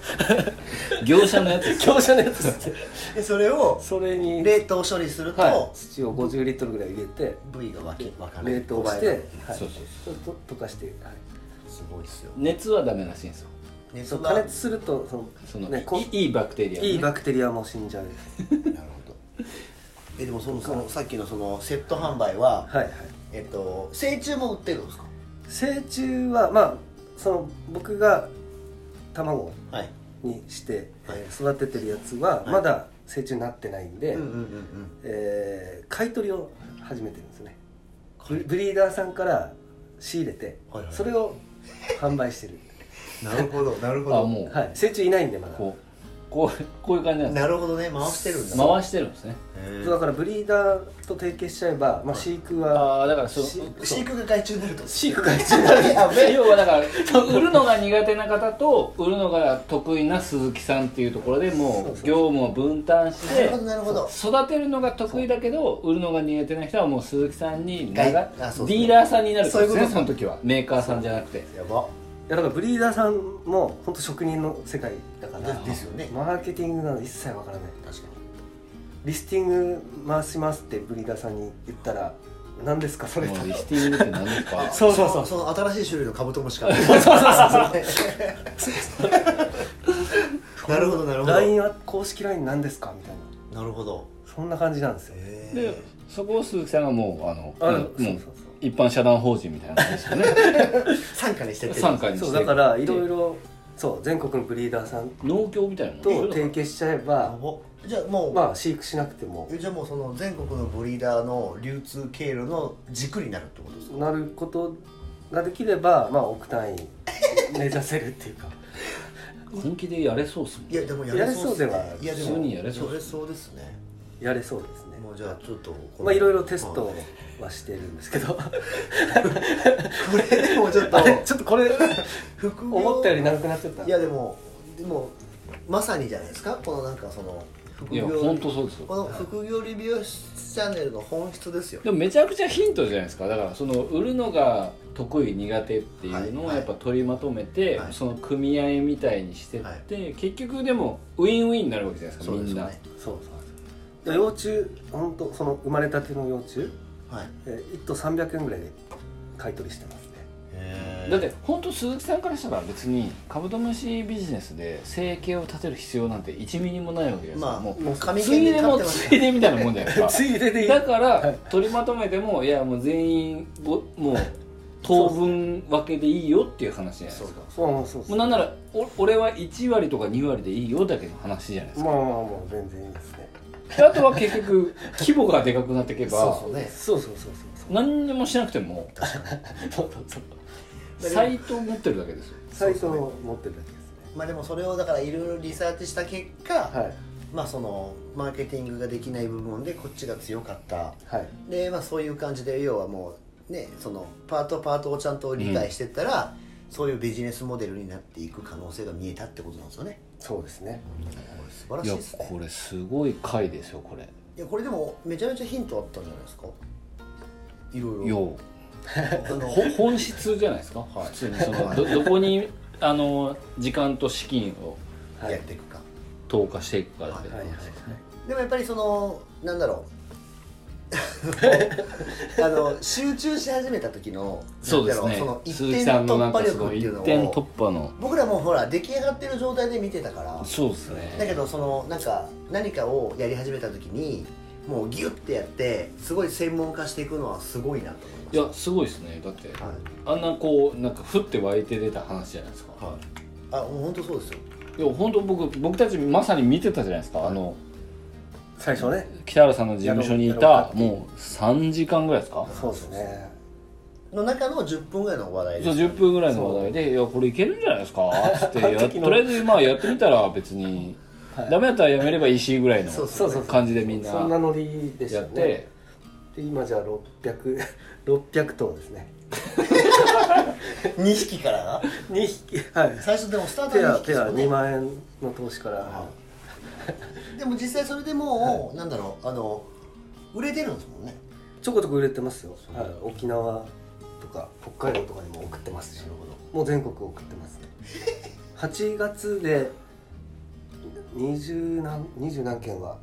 Speaker 2: 業者のやつです
Speaker 3: 強者のやつですね
Speaker 1: でそれを
Speaker 3: それに
Speaker 1: 冷凍処理すると、
Speaker 3: はい土を50リットルぐらい入れて
Speaker 1: 部位がわきわかれ
Speaker 3: 冷
Speaker 1: る
Speaker 3: 凍して、
Speaker 1: はい
Speaker 3: はい、
Speaker 2: そうそう
Speaker 3: そうと溶かして、はい、
Speaker 1: すごいっすよ
Speaker 2: 熱はダメらしいんですよ
Speaker 1: 熱
Speaker 3: そう
Speaker 1: が
Speaker 3: 加
Speaker 1: なる
Speaker 3: 熱するとその
Speaker 2: その、
Speaker 3: ね、こ
Speaker 2: いいいバクテリア、ね、
Speaker 3: いいバクテリアも死んじゃう
Speaker 1: ほどえでもそのそのさっきのそのセット販売は、
Speaker 3: はいはい
Speaker 1: えっと成虫も売ってるんですか
Speaker 3: 成虫はまあその僕が卵
Speaker 1: はい
Speaker 3: にして、
Speaker 1: はい
Speaker 3: えー育ててるやつ
Speaker 1: は
Speaker 3: は
Speaker 1: い
Speaker 3: まだ成虫になってないんで、
Speaker 1: うんうんうんうん
Speaker 3: えー買い取りを始めてるんですねブブリーダーさんから仕入れて、
Speaker 1: はいはい
Speaker 3: それを販売してる
Speaker 1: なる ほどなるほ
Speaker 2: あもう、
Speaker 3: はい成虫いないんでまだ
Speaker 2: こうこうこういう感じなんで
Speaker 1: なるほどね回してるん
Speaker 2: す
Speaker 1: だ
Speaker 2: 回してるんですね
Speaker 1: へ
Speaker 3: だ
Speaker 1: ー
Speaker 3: からブリーダーと提携しちゃえば、まあ、飼育は
Speaker 2: ああだからそ
Speaker 3: し
Speaker 2: う
Speaker 1: 飼育が害虫になると
Speaker 3: 飼育が一番
Speaker 2: 要はだから売るのが苦手な方と売るのが得意な鈴木さんっていうところで
Speaker 3: そうそ
Speaker 2: もう
Speaker 3: う
Speaker 2: 業務を分担し
Speaker 1: なる
Speaker 2: て
Speaker 1: ほどなるほど
Speaker 2: 育てるのが得意だけど売るのが苦手な人はもう鈴木さんに流
Speaker 1: がい
Speaker 2: デ
Speaker 1: あそうそう
Speaker 2: ィーラーさんになるってこと
Speaker 1: そういう
Speaker 2: です
Speaker 1: こと
Speaker 2: ねその時はメーカーさんじゃなくて
Speaker 1: やば
Speaker 3: いやだからブリーダーさんも本当職人の世界だから
Speaker 1: でですよね
Speaker 3: マーケティングなの一切わからない
Speaker 1: 確か
Speaker 3: リスティング回しますってブリーダーさんに言ったら何ですかそれと
Speaker 2: もうリスティングって何ですか
Speaker 3: そうそうそう
Speaker 1: にその新しい種類のカブトムシから なるほどなるほど
Speaker 3: LINE は公式 LINE 何ですかみたいな
Speaker 1: なるほど
Speaker 3: そんな感じなんですよ
Speaker 1: へ
Speaker 2: でそこを鈴木さんがもうあの
Speaker 3: あ
Speaker 2: もう
Speaker 3: そう
Speaker 2: も
Speaker 3: そう
Speaker 2: う
Speaker 3: そう
Speaker 2: 一般社団法人みたいな感じですよね
Speaker 1: 参加にしてって
Speaker 2: 傘下にして
Speaker 3: そうだからいろいろそう全国のブリーダーさん
Speaker 2: 農協みたいなもん
Speaker 3: と
Speaker 2: でしょ
Speaker 3: 提携しちゃえ
Speaker 1: や
Speaker 3: ば
Speaker 1: ばじゃあもう、
Speaker 3: まあ飼育しなくても
Speaker 1: えじゃあもうその全国のブリーダーの流通経路の軸になるってことですか
Speaker 3: なることができればまあ億単位目指せるっていうか
Speaker 2: 本気でやれそうっすもん
Speaker 1: いやでもやれそうっすね
Speaker 3: やれそうではい
Speaker 1: やでも
Speaker 2: 普通にやれそうっすね
Speaker 1: そうですね
Speaker 3: やれそうですね
Speaker 1: もうじゃあちょっとこの
Speaker 3: まあいろいろテス
Speaker 1: は
Speaker 3: トはしてるんですけど
Speaker 1: これでもちょっと
Speaker 3: あれちょっとこれ
Speaker 1: 副業
Speaker 3: 思ったより長くなっちゃった
Speaker 1: いやでもでもまさにじゃないですかこのなんかその副
Speaker 2: いや
Speaker 1: 業
Speaker 2: 本当そうですよ
Speaker 1: この副業理美容師チャンネルの本質ですよ
Speaker 2: でもめちゃくちゃヒントじゃないですかだからその売るのが得意苦手っていうのを
Speaker 1: はい
Speaker 2: やっぱ取りまとめて、
Speaker 1: はい
Speaker 2: その組合みたいにしてって、
Speaker 1: はい
Speaker 2: 結局でもウィンウィンになるわけじゃないですか
Speaker 1: そうで
Speaker 2: み
Speaker 1: す
Speaker 2: ん
Speaker 1: よ
Speaker 2: な、
Speaker 1: ね
Speaker 3: そうそう幼虫本当その生まれたての幼虫
Speaker 1: はい
Speaker 3: えー一頭300円ぐらいで買い取りしてますね
Speaker 2: だって本当鈴木さんからしたら別にカブトムシビジネスで生計を立てる必要なんて1ミリもないわけじゃないですか、
Speaker 1: まあ
Speaker 2: も
Speaker 1: もう
Speaker 2: う
Speaker 1: 紙
Speaker 2: つい
Speaker 1: 券で
Speaker 2: で
Speaker 1: 買っ
Speaker 2: も
Speaker 1: てま
Speaker 2: つ
Speaker 1: す
Speaker 2: いでみたいなもんじゃな いです
Speaker 3: ついででい
Speaker 2: か
Speaker 3: い
Speaker 2: だから取りまとめてもいやもう全員ごもう当分分けでいいよっていう話じゃないで
Speaker 1: そ
Speaker 2: す
Speaker 1: う
Speaker 2: か
Speaker 1: か
Speaker 3: そうそうそ
Speaker 2: もう
Speaker 3: う
Speaker 2: なん
Speaker 3: ま
Speaker 2: ならお俺は1割とか2割でいいよだけの話じゃないで
Speaker 3: あ
Speaker 2: す
Speaker 3: まあもう全然いいですね
Speaker 2: かあとは結局 規模がでかくなっていけば
Speaker 1: そうね
Speaker 3: そうそうそうそう
Speaker 2: 何にもしなく ても
Speaker 3: そうそうそう
Speaker 2: サイトを持ってるだけですよ
Speaker 3: サイトを持ってるだけですね
Speaker 1: まあでもそれをだからいろいろリサーチした結果、
Speaker 3: はい
Speaker 1: まあそのマーケティングができない部門でこっちが強かった
Speaker 3: はい
Speaker 1: でまあそういう感じで要はもうねそのパートパートをちゃんと理解してったら、そういうビジネスモデルになっていく可能性が見えたってことなんですよね
Speaker 3: そうですね
Speaker 1: これ素晴ら
Speaker 2: い
Speaker 1: しい
Speaker 2: や
Speaker 1: ですね
Speaker 2: これすごい回ですよこれ
Speaker 1: いやこれでもめちゃめちゃヒントあったんじゃないですかいろい ろ
Speaker 2: よう
Speaker 1: あの
Speaker 2: ほ本質じゃないですか、普通にそのどどこにあの時間と資金を
Speaker 3: はい
Speaker 1: やっていくか、
Speaker 2: 投下していくかだけ
Speaker 3: はいはいはい
Speaker 1: でもやっぱりそのなんだろ うあの集中し始めた時の
Speaker 2: そうです
Speaker 1: なんだ
Speaker 2: ね
Speaker 1: ろうその
Speaker 2: 鈴
Speaker 1: 一
Speaker 2: 木
Speaker 1: 点
Speaker 2: さんのな
Speaker 1: 突
Speaker 2: ん
Speaker 1: 破
Speaker 2: かそ
Speaker 1: 力っ
Speaker 2: の
Speaker 1: ていうの
Speaker 2: 一
Speaker 1: を
Speaker 2: 点突破の
Speaker 1: 僕らもほら出来上がってる状態で見てたから
Speaker 2: そうです
Speaker 1: だけ
Speaker 2: ね
Speaker 1: どそのなんか何かをやり始めた時にもうギュッてやってすごい専門化していくのはすごいなと思いま
Speaker 2: いやすごいですねだって
Speaker 1: したはい、
Speaker 2: あんなこうなんか降って湧いて出た話じゃないですか、
Speaker 1: はい、あもう本当そうですよ
Speaker 2: いや本当僕僕たちまさに見てたじゃないですか、あの
Speaker 3: 最初ね
Speaker 2: 北原さんの事務所にい
Speaker 3: やろうやろうか
Speaker 2: たもう3時間ぐらいですか
Speaker 3: そうですね
Speaker 1: の中の10分ぐらいの話題
Speaker 2: そう
Speaker 1: です
Speaker 2: 10分ぐらいの話題で「いやこれいけるんじゃないですか」つ ってや
Speaker 3: 時の
Speaker 2: とりあえずまあやってみたら別に、
Speaker 3: はい
Speaker 2: ダメだったらやめればいいしぐらいの
Speaker 1: そう
Speaker 3: そうそうそう
Speaker 2: 感じでみんな
Speaker 3: そんなノリでし
Speaker 2: や
Speaker 3: た
Speaker 2: っ
Speaker 3: ね
Speaker 2: て
Speaker 3: で今じゃあ600600 600頭ですね
Speaker 1: 2匹から
Speaker 3: 2匹はい
Speaker 1: 最初でもスタート
Speaker 3: ペ
Speaker 1: は
Speaker 3: ア
Speaker 1: 2匹
Speaker 3: ペ
Speaker 1: です
Speaker 3: ア
Speaker 1: よね
Speaker 3: 2万円の投資から
Speaker 1: でも実際それでもう、なんだろうあの売れてるんですもんね
Speaker 3: ちょこちょこ売れてますよ、はい、沖縄とか北海道とかにも送ってますしもう全国送って ますね8月で20何 ,20 何件は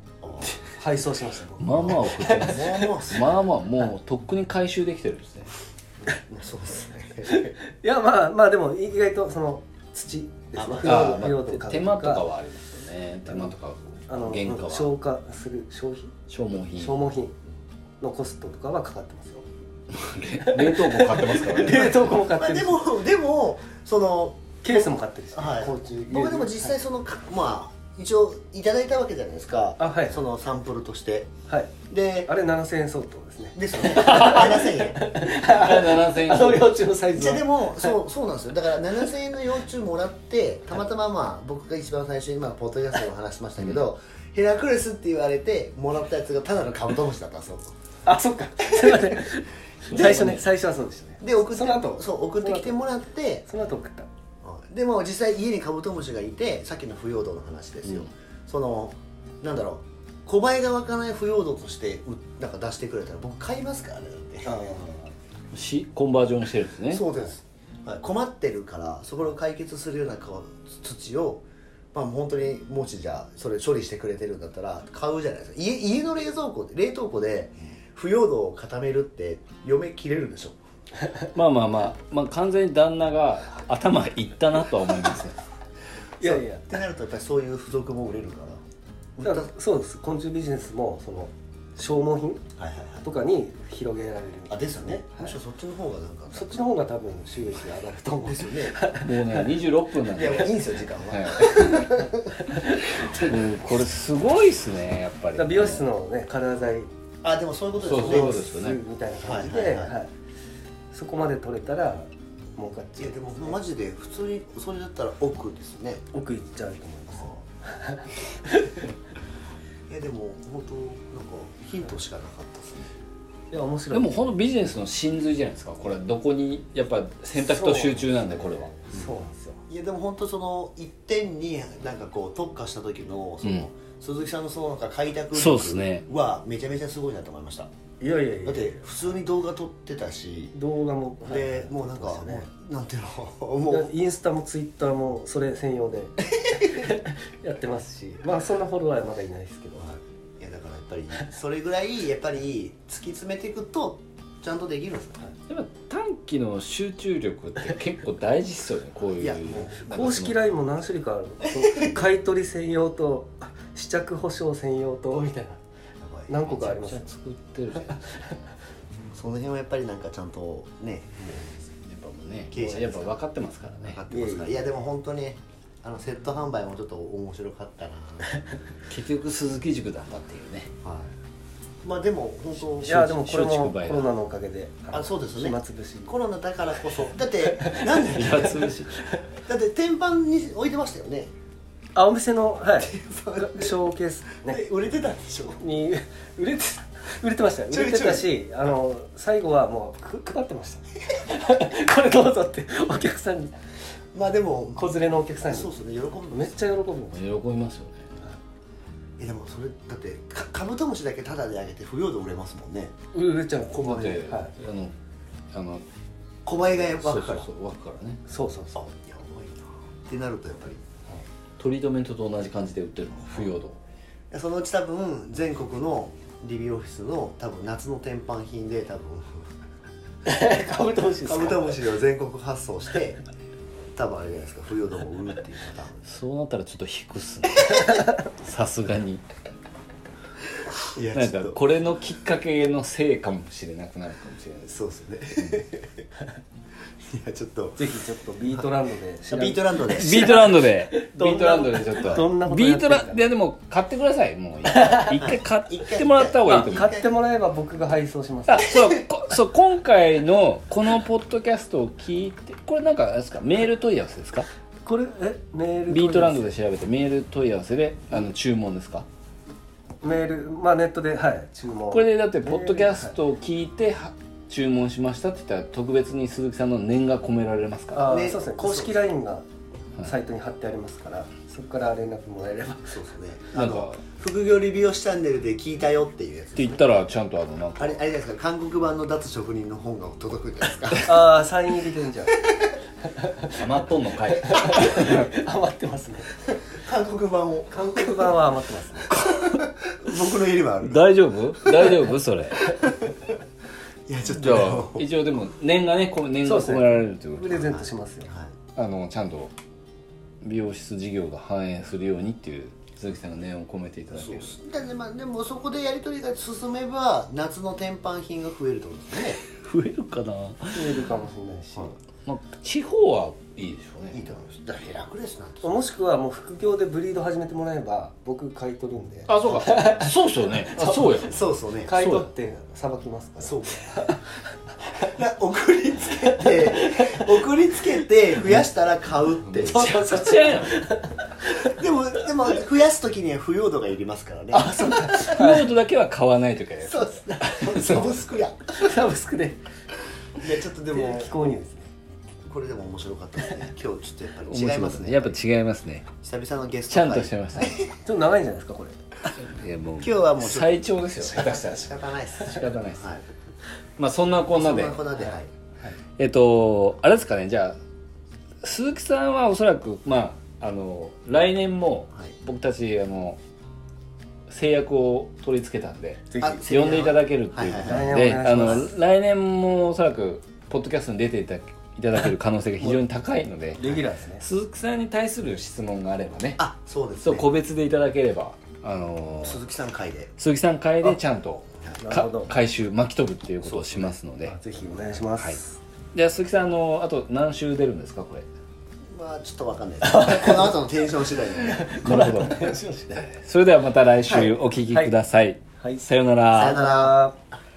Speaker 3: 配送しました僕
Speaker 2: まあまあ送ってます
Speaker 1: もうもう す
Speaker 2: まあまあもうとっくに回収できてるんですね
Speaker 1: そうです ね
Speaker 3: いやまあまあでも意外とその土ですね
Speaker 2: あ
Speaker 3: 腐葉
Speaker 2: ー、
Speaker 3: 土
Speaker 2: まあ、手間とかはありますよね手間とか
Speaker 3: あの
Speaker 2: 原価は
Speaker 3: 消化する消費
Speaker 2: 消耗品
Speaker 3: 消耗品のコストとかはかかってますよ
Speaker 2: 冷凍庫買ってますからね
Speaker 3: 冷凍庫も買
Speaker 1: ま
Speaker 3: っ
Speaker 1: あ
Speaker 3: てる
Speaker 1: で
Speaker 3: し
Speaker 1: もでもその
Speaker 3: ケースも買ってるし
Speaker 1: はい
Speaker 3: 交通
Speaker 1: 僕でも実際その、かまあ一応いただいたわけじゃないですか
Speaker 3: あはい
Speaker 1: そのサンプルとして
Speaker 3: はい
Speaker 1: で
Speaker 3: あれ7000円相当ですね
Speaker 1: ですよね 7000円
Speaker 2: 7000円
Speaker 3: あの幼虫のサイズ
Speaker 1: じゃあで
Speaker 3: は
Speaker 1: もそうそうなんですよだから7000円の幼虫もらってたまたままあ僕が一番最初にまあポッドキャストでも話しましたけど、ヘラクレスって言われてもらったやつがただのカブトムシだったんですよ
Speaker 3: あ そっかすいません最初ね最初はそうでしたね
Speaker 1: で送って
Speaker 3: その後
Speaker 1: そう送ってきてもらって
Speaker 3: その後送った
Speaker 1: でも実際家にカブトムシがいてさっきの腐葉土の話ですよ、
Speaker 2: うん
Speaker 1: そのなんだろう小映えが湧かない腐葉土としてうなんか出してくれたら僕買いますからねだっ
Speaker 3: あ
Speaker 2: しコンバージョンしてるんです
Speaker 1: て
Speaker 2: ね
Speaker 1: そうです、はい、困ってるからそこを解決するようなこう土をまあ本当にもしじゃあそれ処理してくれてるんだったら買うじゃないですか家家の冷蔵庫冷凍庫で腐葉土を固めるって嫁切れるでしょ
Speaker 2: まあまあまあまあ完全に旦那が頭いったなとは思いますね
Speaker 3: いやいや
Speaker 1: ってなるとやっぱりそういう付属も売れるから
Speaker 3: だ
Speaker 1: 売
Speaker 3: か
Speaker 1: っ
Speaker 3: らそうです昆虫ビジネスもその消耗品
Speaker 1: たはいはいはい
Speaker 3: とかに広げられる
Speaker 1: あですよね、
Speaker 3: はい
Speaker 1: むしろそっちの方がなんか
Speaker 3: そっちの方が多分収益が上がると思うん
Speaker 1: で
Speaker 3: ですす
Speaker 1: よ ね
Speaker 2: もうね26分なん
Speaker 1: い
Speaker 2: で
Speaker 1: やもういいんですよ時間は、
Speaker 2: はい、うんこれすごいっすねやっぱ
Speaker 3: だから
Speaker 2: り
Speaker 3: 美容室のねカラー剤
Speaker 1: あでもそういうこと
Speaker 2: そう
Speaker 1: です
Speaker 2: そう
Speaker 1: よ
Speaker 2: いうこ
Speaker 1: ね
Speaker 2: とですよね
Speaker 3: みたいな感じで、
Speaker 1: は
Speaker 3: はいい
Speaker 1: はいはい
Speaker 3: そこまで取れたら儲かっ
Speaker 1: い
Speaker 3: ちゃ
Speaker 1: や
Speaker 3: う
Speaker 1: でもマジで普通にそれだったら奥ですね
Speaker 3: 奥行っちゃうと思います
Speaker 1: いやでも本当なんかヒントしかなかったですね
Speaker 3: いや面白
Speaker 2: で
Speaker 3: い
Speaker 2: もほんとビジネスの真髄じゃないですかこれどこにやっぱ選択と集中なんでこれは
Speaker 3: そうなんですよ
Speaker 1: いやでも本当その一点になんかこう特化した時のその、
Speaker 2: うん
Speaker 1: 鈴木さんのそのなんか開拓
Speaker 2: そうっすね
Speaker 1: はめちゃめちゃすごいなと思いました
Speaker 3: いやいやいや
Speaker 1: だって普通に動画撮ってたし
Speaker 3: 動画も
Speaker 1: でもうなんか
Speaker 3: そうですよね
Speaker 1: もうなんていうの もう
Speaker 3: インスタもツイッターもそれ専 用でやってますしまあそんなフォロワーはまだいないですけど
Speaker 1: いやだからやっぱりそれぐらいやっぱり突き詰めていくとちゃんとできるんですよ、
Speaker 2: やっぱ短期の集中力って結構大事っすよねこういう
Speaker 1: いや
Speaker 3: 公式
Speaker 2: イ
Speaker 3: LINE も何種類かある そう買い取り専用とあ試着保証専用とみたいな
Speaker 1: やばい
Speaker 3: 何個かあります
Speaker 2: 作ってるじゃんやっ
Speaker 1: その辺はやっぱりなんかちゃんとね
Speaker 2: ぱもうね
Speaker 1: 経営者で
Speaker 2: やっ
Speaker 1: す
Speaker 2: ぱ
Speaker 1: から
Speaker 2: 分かってますから
Speaker 1: 分
Speaker 2: ね
Speaker 1: かってますからい
Speaker 3: いえいえ
Speaker 1: やでも本当にあのセット販売もちょっと面白かったな
Speaker 2: 結局鈴木塾だったっていうね
Speaker 1: はいまあでも本当
Speaker 3: いやでもこれ
Speaker 2: 松
Speaker 3: も
Speaker 2: 竹梅
Speaker 3: コロナのおかげで
Speaker 1: あそうですね
Speaker 3: 暇つぶし
Speaker 1: コロナだからこそだってなん だっ
Speaker 2: 暇つぶし
Speaker 1: けだって天板に置いてましたよね
Speaker 3: あお店のはいシ
Speaker 1: 板
Speaker 3: ョーケースね
Speaker 1: え売れてたんでしょ
Speaker 3: に売れて売れてましたよ
Speaker 1: ちょ
Speaker 3: 売
Speaker 1: い
Speaker 3: れ
Speaker 1: ちょい
Speaker 3: てたしあの最後はもうく配ってました これどうぞってお客さんに
Speaker 1: まあでも
Speaker 3: 子連れのお客さんに
Speaker 1: そうですね喜ぶん
Speaker 3: め
Speaker 1: で
Speaker 3: っ
Speaker 1: す
Speaker 3: ちゃ喜ぶんです
Speaker 2: 喜びますよね
Speaker 1: えでもそれだってかカブトムシだけタダであげて不要で売れますもんね
Speaker 3: 売れちゃう
Speaker 2: だ
Speaker 3: 小
Speaker 2: っ
Speaker 3: で
Speaker 2: て、
Speaker 3: はい、
Speaker 2: あのあの
Speaker 1: 小映えが
Speaker 2: そ
Speaker 1: 湧
Speaker 2: う
Speaker 1: くか
Speaker 2: そう
Speaker 1: ら
Speaker 2: そう湧くからね
Speaker 3: そうそう そう
Speaker 1: あやばいなってなるとやっぱり
Speaker 2: トリートメントと同じ感じで売ってるの腐葉土
Speaker 1: そのうち多分全国のリビオフィスの多分夏の天板品で多分
Speaker 3: カブトムシです
Speaker 1: カ
Speaker 3: か
Speaker 1: ブトムシを全国発送して多分あれじゃないですか冬でも売るっていうパターン
Speaker 2: そうなったらちょっと引くっすねさすがに
Speaker 1: いや
Speaker 2: なんかこれのきっかけのせいかもしれなくなるかもし れないです
Speaker 1: そうですねいやちょっと
Speaker 3: ぜひちょっとビートランドで調べ
Speaker 1: ビートランドで
Speaker 2: ビートランドでビ
Speaker 3: どんな
Speaker 2: ートランドでちょっと
Speaker 3: どんなこと
Speaker 2: ビ
Speaker 3: や
Speaker 2: ー
Speaker 3: って
Speaker 2: ト
Speaker 3: んだ
Speaker 2: ランいやでも買ってくださいもう一回一回買ってもらった方がいいと思う
Speaker 3: 買ってもらえば僕が配送します
Speaker 2: あそうこそう今回のこのポッドキャストを聞いてこれなんかあれですかメール問い合わせですか
Speaker 3: これえメール
Speaker 2: ビートランドで調べてメール問い合わせであの注文ですか
Speaker 3: メールまあネットではい注文
Speaker 2: これでだってポッドキャストを聞いては注文しましたって言ったら特別に鈴木さんの念が込められますから
Speaker 3: あ
Speaker 1: ね
Speaker 3: そうですね公式 LINE が
Speaker 2: はい
Speaker 3: サイトに貼ってありますから、そこから連絡もらえれば
Speaker 1: そうですね
Speaker 2: な
Speaker 1: あ
Speaker 2: んか
Speaker 1: の副業リビオシチャンネルで聞いたよっていうやつ
Speaker 2: て言ったらちゃんとあのなんか
Speaker 1: あれあれじゃないですか韓国版の脱職人の本が届くんじゃないですか
Speaker 3: ああサイン入りでん じゃん
Speaker 5: 余っとんのかい
Speaker 3: 余ってますね
Speaker 1: 韓国版を
Speaker 3: 韓国版は余ってますね
Speaker 1: 僕の家にはある
Speaker 2: 大丈夫
Speaker 5: 大丈夫そ れ
Speaker 1: いやちょっ
Speaker 2: じゃ
Speaker 1: と
Speaker 2: あ一応でも念がねこ念が込められるということ
Speaker 3: プ
Speaker 2: で
Speaker 3: レゼントしますよ
Speaker 1: はい
Speaker 2: あのちゃんと美容室事業が反映するようにっていう鈴木さんの念を込めていただける
Speaker 1: だねまあ、でもそこでやり取りが進めば夏の天板品が増えるってことですね
Speaker 2: 増えるかな、
Speaker 3: 増えるかもしれないし、
Speaker 2: まあ、地方はいいでしょう
Speaker 1: いい
Speaker 2: ね
Speaker 1: と思いますだからヘラクレスなんて
Speaker 3: もしくはもう副業でブリード始めてもらえば僕買い取るんで
Speaker 2: あそうかそうっすよねあそうや
Speaker 1: そうそうね
Speaker 3: 買い取ってさばきますから
Speaker 1: そうだ 送りつけて送りつけて増やしたら買う って
Speaker 2: めちゃくちゃやん
Speaker 1: でもでも増やす時には不要度がいりますからねそう
Speaker 2: フロードだけは買わないとかや
Speaker 1: そうっすねサブスクや
Speaker 3: サブスクで
Speaker 1: いやちょっとで
Speaker 3: で
Speaker 1: も
Speaker 3: 気購入ですね
Speaker 1: これでも面白かった ですね今日ちょっとやっぱ
Speaker 2: 面
Speaker 1: り
Speaker 2: 白
Speaker 1: 違いますね
Speaker 2: やっぱ違いますね
Speaker 1: 久々のゲスト
Speaker 2: ちゃんと
Speaker 1: 会
Speaker 2: してました
Speaker 3: ちょっと長いんじゃないですかこれ
Speaker 2: いやもう
Speaker 1: 今日はもうちょっと
Speaker 2: 最長ですよ下手したら
Speaker 1: 仕方ないっす
Speaker 2: 仕方ないっす
Speaker 1: はい
Speaker 2: まあそんなこんなで
Speaker 1: そんな粉ではい
Speaker 2: えっとあれですかねじゃあ鈴木さんはおそらくまああの来年も
Speaker 1: はい
Speaker 2: 僕たちあの制約を取り付けたんで
Speaker 3: ぜ
Speaker 1: あ
Speaker 2: 呼んでいただけるっていうこ
Speaker 1: はい
Speaker 3: はい
Speaker 2: と
Speaker 3: はい
Speaker 2: で
Speaker 3: 来
Speaker 2: あ
Speaker 3: 年お願いしま
Speaker 2: の来年もおそらくポッドキャストに出ていただけいただける可能性が非常に高いので
Speaker 3: レギュラーですね
Speaker 2: 鈴木さんに対する質問があればね
Speaker 1: あそうです
Speaker 2: そう
Speaker 1: ね
Speaker 2: 個別でいただければあの
Speaker 1: 鈴木さん会で
Speaker 2: 鈴木さん会でちゃんと
Speaker 3: なる
Speaker 2: か
Speaker 3: ほど
Speaker 2: 回収巻き取るっていうことをしますので
Speaker 3: あぜひお願いします、
Speaker 2: じゃあ鈴木さんあのあと何週出るんですかこれ
Speaker 1: まあちょっとわかんないです この後のテンション次第で、
Speaker 2: な るほどそれではまた来週お聞きください、
Speaker 3: はい
Speaker 2: さようなら
Speaker 1: さよなら
Speaker 3: あー